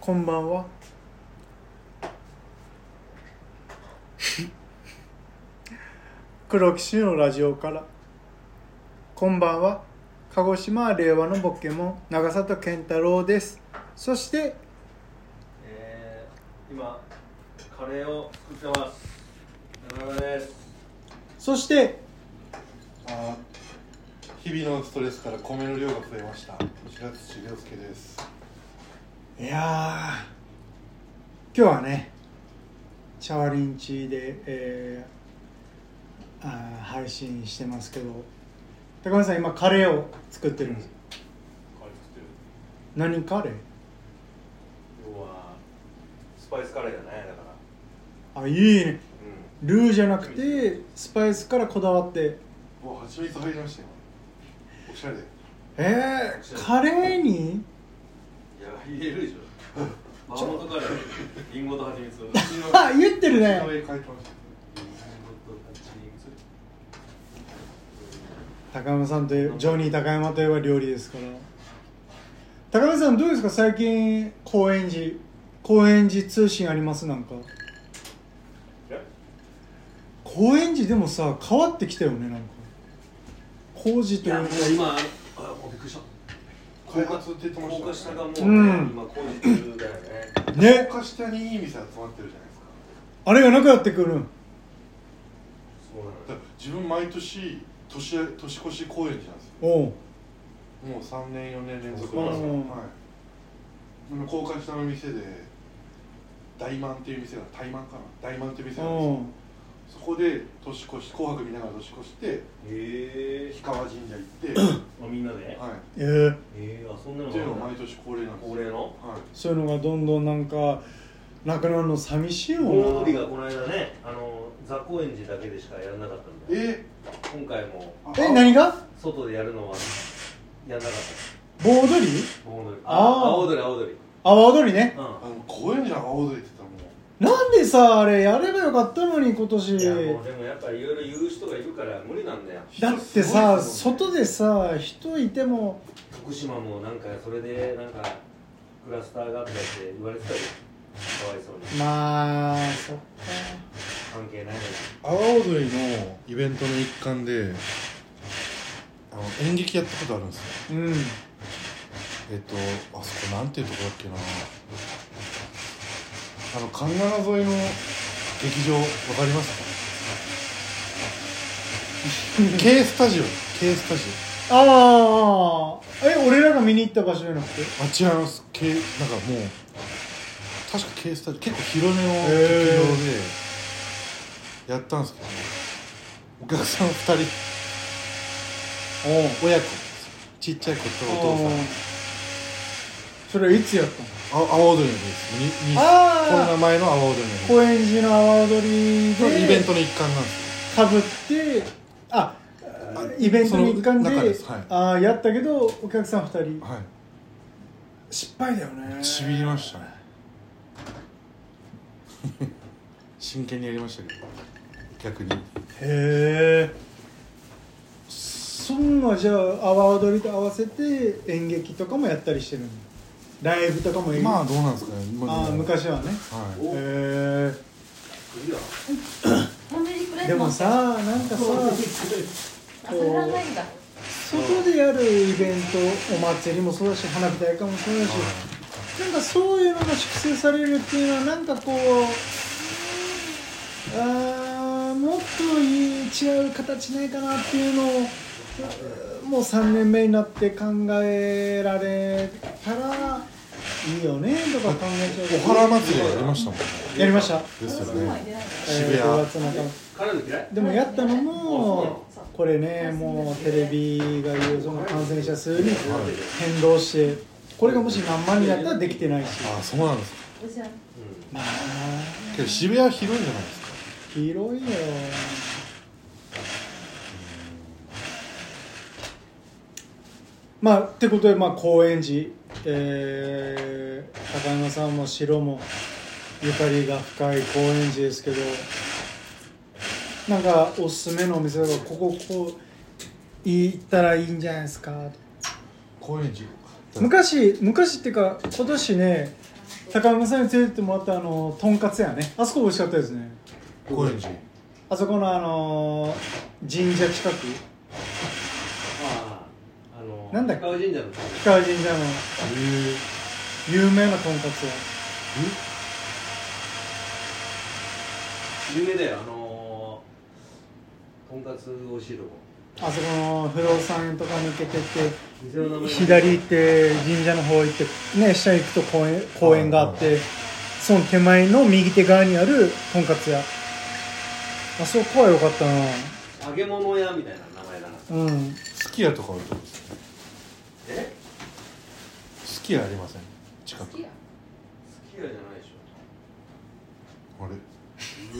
こんばんは。 黒騎士のラジオから。こんばんは。鹿児島は令和のボケモン、長里健太郎です。そして、えー、今カレーを作ってます中村ですそして、あー日々のストレスから米の量が増えました白土涼介ですいやー今日はねシャワリンチで、えーあー配信してますけど高橋さん今カレーを作ってるんです、カレー作ってる何カレー要はスパイスカレーだねだからあいいねうルーじゃなくてスパイスからこだわってお蜂蜜入りましたよおしゃれえー、カレーにんいや入れるで しょマーモントカレーリンゴと蜂蜜リンゴとあ蜂言ってるね上書いてまし蜜高山さんといえジョニー高山といえば料理ですから高山さんどうですか最近高円寺高円寺通信ありますなんかえ高円寺でもさ変わってきたよねなんか工事いといやうもうか今あもうびっくりしたた開発って言ってま高架した下よがもう、ねうん今工事中だよねね高架下にいい店集まってるじゃないですかあれがなくなってくるんそうなだかのら自分毎年年明年越し公演寺なんですよおうもう3年4年連続そうななんんですだよ、うんはいあの高架下の店で大満っていう店が大満かな大満っていう店なんですよおうそこで年越し紅白見ながら年越してへえ氷川神社行っあて、みんなでは、えー、ええあそんないのっていうのががあ毎る年恒例なんです恒例のはいそういうのがどんどんなんかなくなるの寂しいよ盆踊りながこの間ねあの座高円寺だけでしかやらなかったんだよえ今回もー、え何が外でやるのはやらなかっ盆踊りた盆踊りあー青踊り青踊り阿波踊りねうあの公園じゃん青踊りって言ったらもなんでさあれやればよかったのに今年んいやもうでもやっぱいろいろ言う人がいるから無理なんだようだってさ、人すごい外でさ人いても徳島もなんかそれでなんかクラスターがあったって言われてたよかわいそうにまあそっか関係ないのにすもん青踊りのイベントの一環であの演劇やったことあるんですようんえっとあそこなんていうとこだっけなあの神奈川沿いの劇場わかり ますか K スタジオ K スタジああえ俺らが見に行った場所じゃなくてオあ違います K なんかもう確か K スタジオ結構広めの劇へ場でやったんですけど、お客さん2人おう親子ちっちゃい子とお父さんそれいつやったのあ阿波踊りのですににあーこの名前の阿波踊りの高円寺の阿波踊りですでイベントの一環なんですよかぶってあイベントの一環でその中ですはいああやったけどお客さん2人は失敗だよねい、しびりましたね真剣にやりましたけど逆にへえそんなじゃあ阿波踊りと合わせて演劇とかもやったりしてるのライブとかもまああどうなんですかね今でもあー昔はねはいおへいいよえでもさなんかさあそれはないんだ外でやるイベントお祭りもそうだし花火大会もそうだしなんかそういうのが粛清されるっていうのはなんかこうあーもっといい違う形ないかなっていうのをうもう3年目になって考えられたらいいよねとか考えちゃうおはら祭りやりましたもんねやりましたですよそうはね出ないんだ渋谷えー5月の頭彼の嫌いでもやったのあもそうこれねもうテレビが言うその感染者数に変動してこれがもし何万になったらできてないしああそうなんですか私はうんまあけど渋谷広いんじゃないですか広いよまあってことでまあ高円寺、えー高山さんも城もゆかりが深い高円寺ですけどなんかおすすめのお店とかこここう行ったらいいんじゃないですか高円寺昔昔っていうか今年ね高山さんに連れてってもらったあのとんかつ屋ねあそこ美味しかったですね高円寺あそこのあの神社近くあああのなんだっけ高尾神社のとこ氷川神社のえ有名なとんかつ屋有名だよあのー、とんかつおしろあそこの不動産とか抜けてって店の名前左行って神社の方行ってね下行くと公園公園があってその手前の右手側にあるとんかつ屋あそこは良かったな揚げ物屋みたいな名前だなうん好き家とかあるとこです好えき家ありません近好くきや好き屋じゃないでし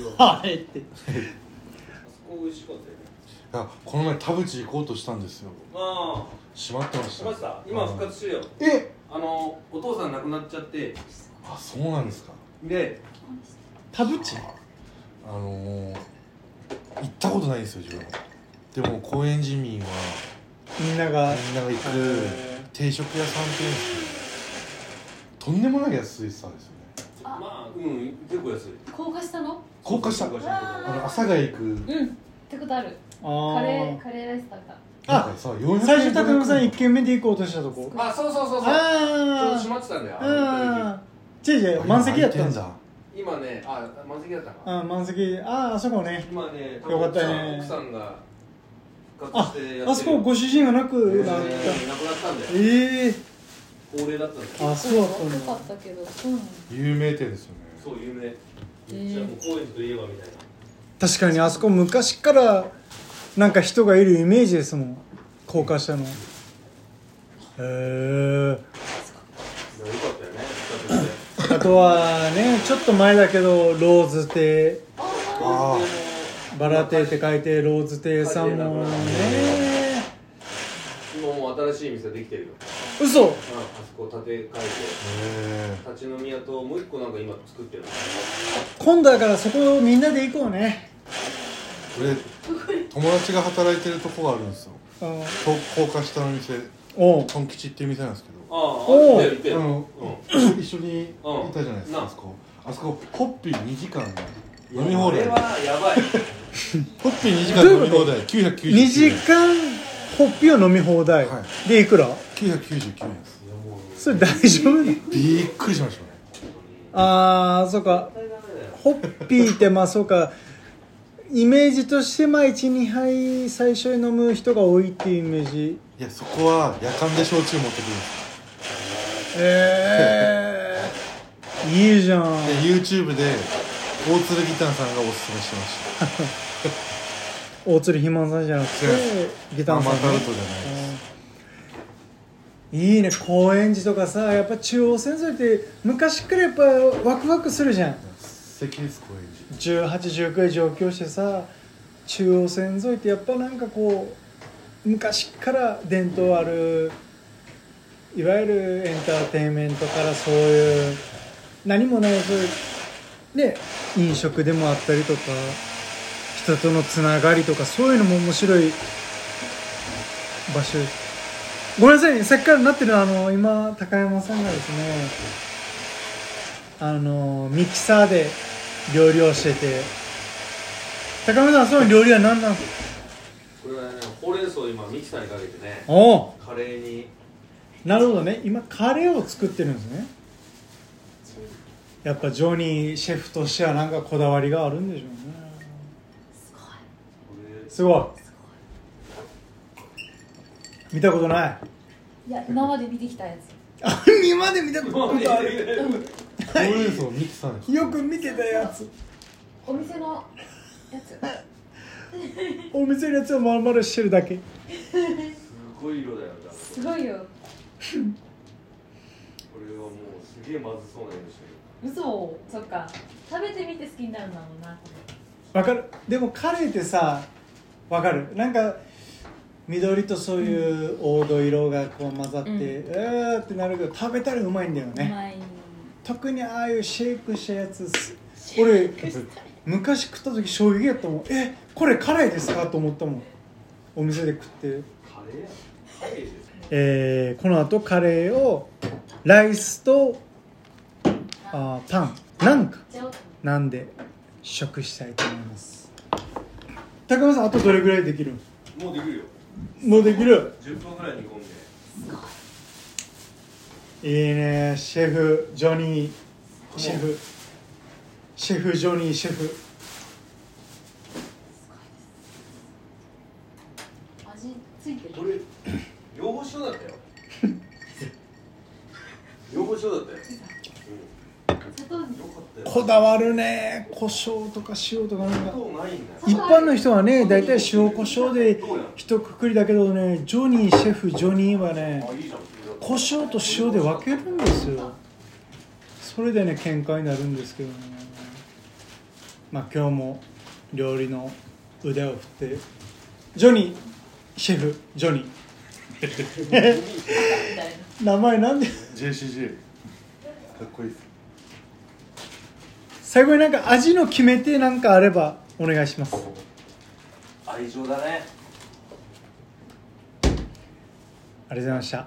ょあれはいってあそこ美味しかったよねいやこの前田淵行こうとしたんですよあ閉まってまあししたました今復活してるよえあのお父さん亡くなっちゃってあそうなんですかで田淵あのー、行ったことないんですよ自分でも高円寺民はみんながみんなが行くえ定食屋さんっていうんですかとんでもない安いさですよねあまあうん結構安い高架したの高架下あの高架阿佐ヶ谷行くうんってことあるあカレーーカレーライス食べたなんかさ400円最初高山さん500円1軒目で行こうとしたとこ下あそうそうそうそうちょうどあ閉まってたんだよあのあうん違う違う満席やったあん今空いてんだだ時今ねあ満席だったかあ満席あああそこね今ね多よかっ分奥たさねん奥さんが復活しあてやってるあそこご主人がなくえーなった亡くなったんだよええ高齢だったんだよあそうだったんだよかったけどうん有名店ですよねそう有名えじゃあもーう高円寺といえばみたいな確かにあそこ昔からなんか人がいるイメージですもん高架下のへえいやよかったよね復活してあとはねちょっと前だけどローズ亭あバラ亭って書いてローズ亭さんもね今もう新しい店できてるよ、嘘うん、あそこ建て替えてへ立ち飲み屋ともう一個なんか今作ってるの今度だからそこみんなで行こうね え俺友達が働いてるとこがあるんですようんと高架下の店おうトン吉っていう店なんですけどああおうあ行ったあよ行のっ、たよ一緒にいたじゃないですか、うんあそこあそこホッピー2時間うん飲み放題これはやばいホッピー2時間飲み放題2時999間ホッピーを飲み放題、はでいくら999円ですそれ大丈夫なのびっくりしましたねあーそうか絶対ダメだよホッピーってまあそうかイメージとしてまあ12杯最初に飲む人が多いっていうイメージいやそこは夜間で焼酎持ってくるんですええいいじゃんで YouTube で大鶴ギターさんがおすすめしてました大鶴ひまんさんじゃなくてギターマさん、マねタルトじゃないですうんいいね高円寺とかさやっぱ中央線沿いって昔からやっぱワクワクするじゃん素敵です高円1819へ上京してさ中央線沿いってやっぱなんかこう昔から伝統あるいわゆるエンターテインメントからそういう何もないそういうね飲食でもあったりとか人とのつながりとかそういうのも面白い場所ごめんなさいさっきからなってるあの今高山さんがですねあのミキサーで料理をしてて高山さんその料理は何なんですかこれはねほうれん草を今ミキサーにかけてねおおカレーになるほどね今カレーを作ってるんですねやっぱジョニーシェフとしてはなんかこだわりがあるんでしょうねこれすごい見たこと ないいや今まで見てきたやつあ見まで見たことあ る寺ほうれん草ミキサーによく見てたやつお店のやつお店のやつをまるまるしてるだけすごい色だよじゃあすごいよこれはもうすげえまずそうな色してる嘘そっか食べてみて好きになるんだもんなわかるでもカレーってさわかるなんか緑とそういう黄土色がこう混ざって、ううんーってなるけど食べたらうまいんだようねまい特にああいうシェイクしたやつす俺昔食った時衝撃やったもんえこれカレーですかと思ったもんお店で食ってカレーやカレーですえーこのあとカレーをライスとあーパンなんかじゃあなんで試食したいと思います高山さんあとどれぐらいできるもうできるよもうできる10分ぐらい煮込んでいいねシェフジョニーシェフシェフジョニーシェフ味ついてるこれ両方塩だったよ両方塩だったよ、砂糖うん、よかったよこだわるね胡椒とか塩とかなん砂か糖ないんだよ一般の人はね大体塩胡椒で一括りだけどねジョニーシェフジョニーはねあいいじゃん胡椒と塩で分けるんですよそれでね喧嘩になるんですけどねまあ今日も料理の腕を振ってジョニーシェフジョニーみたいな名前なんで JCJ かっこいいです最後になんか味の決め手なんかあればお願いします愛情だねありがとうございました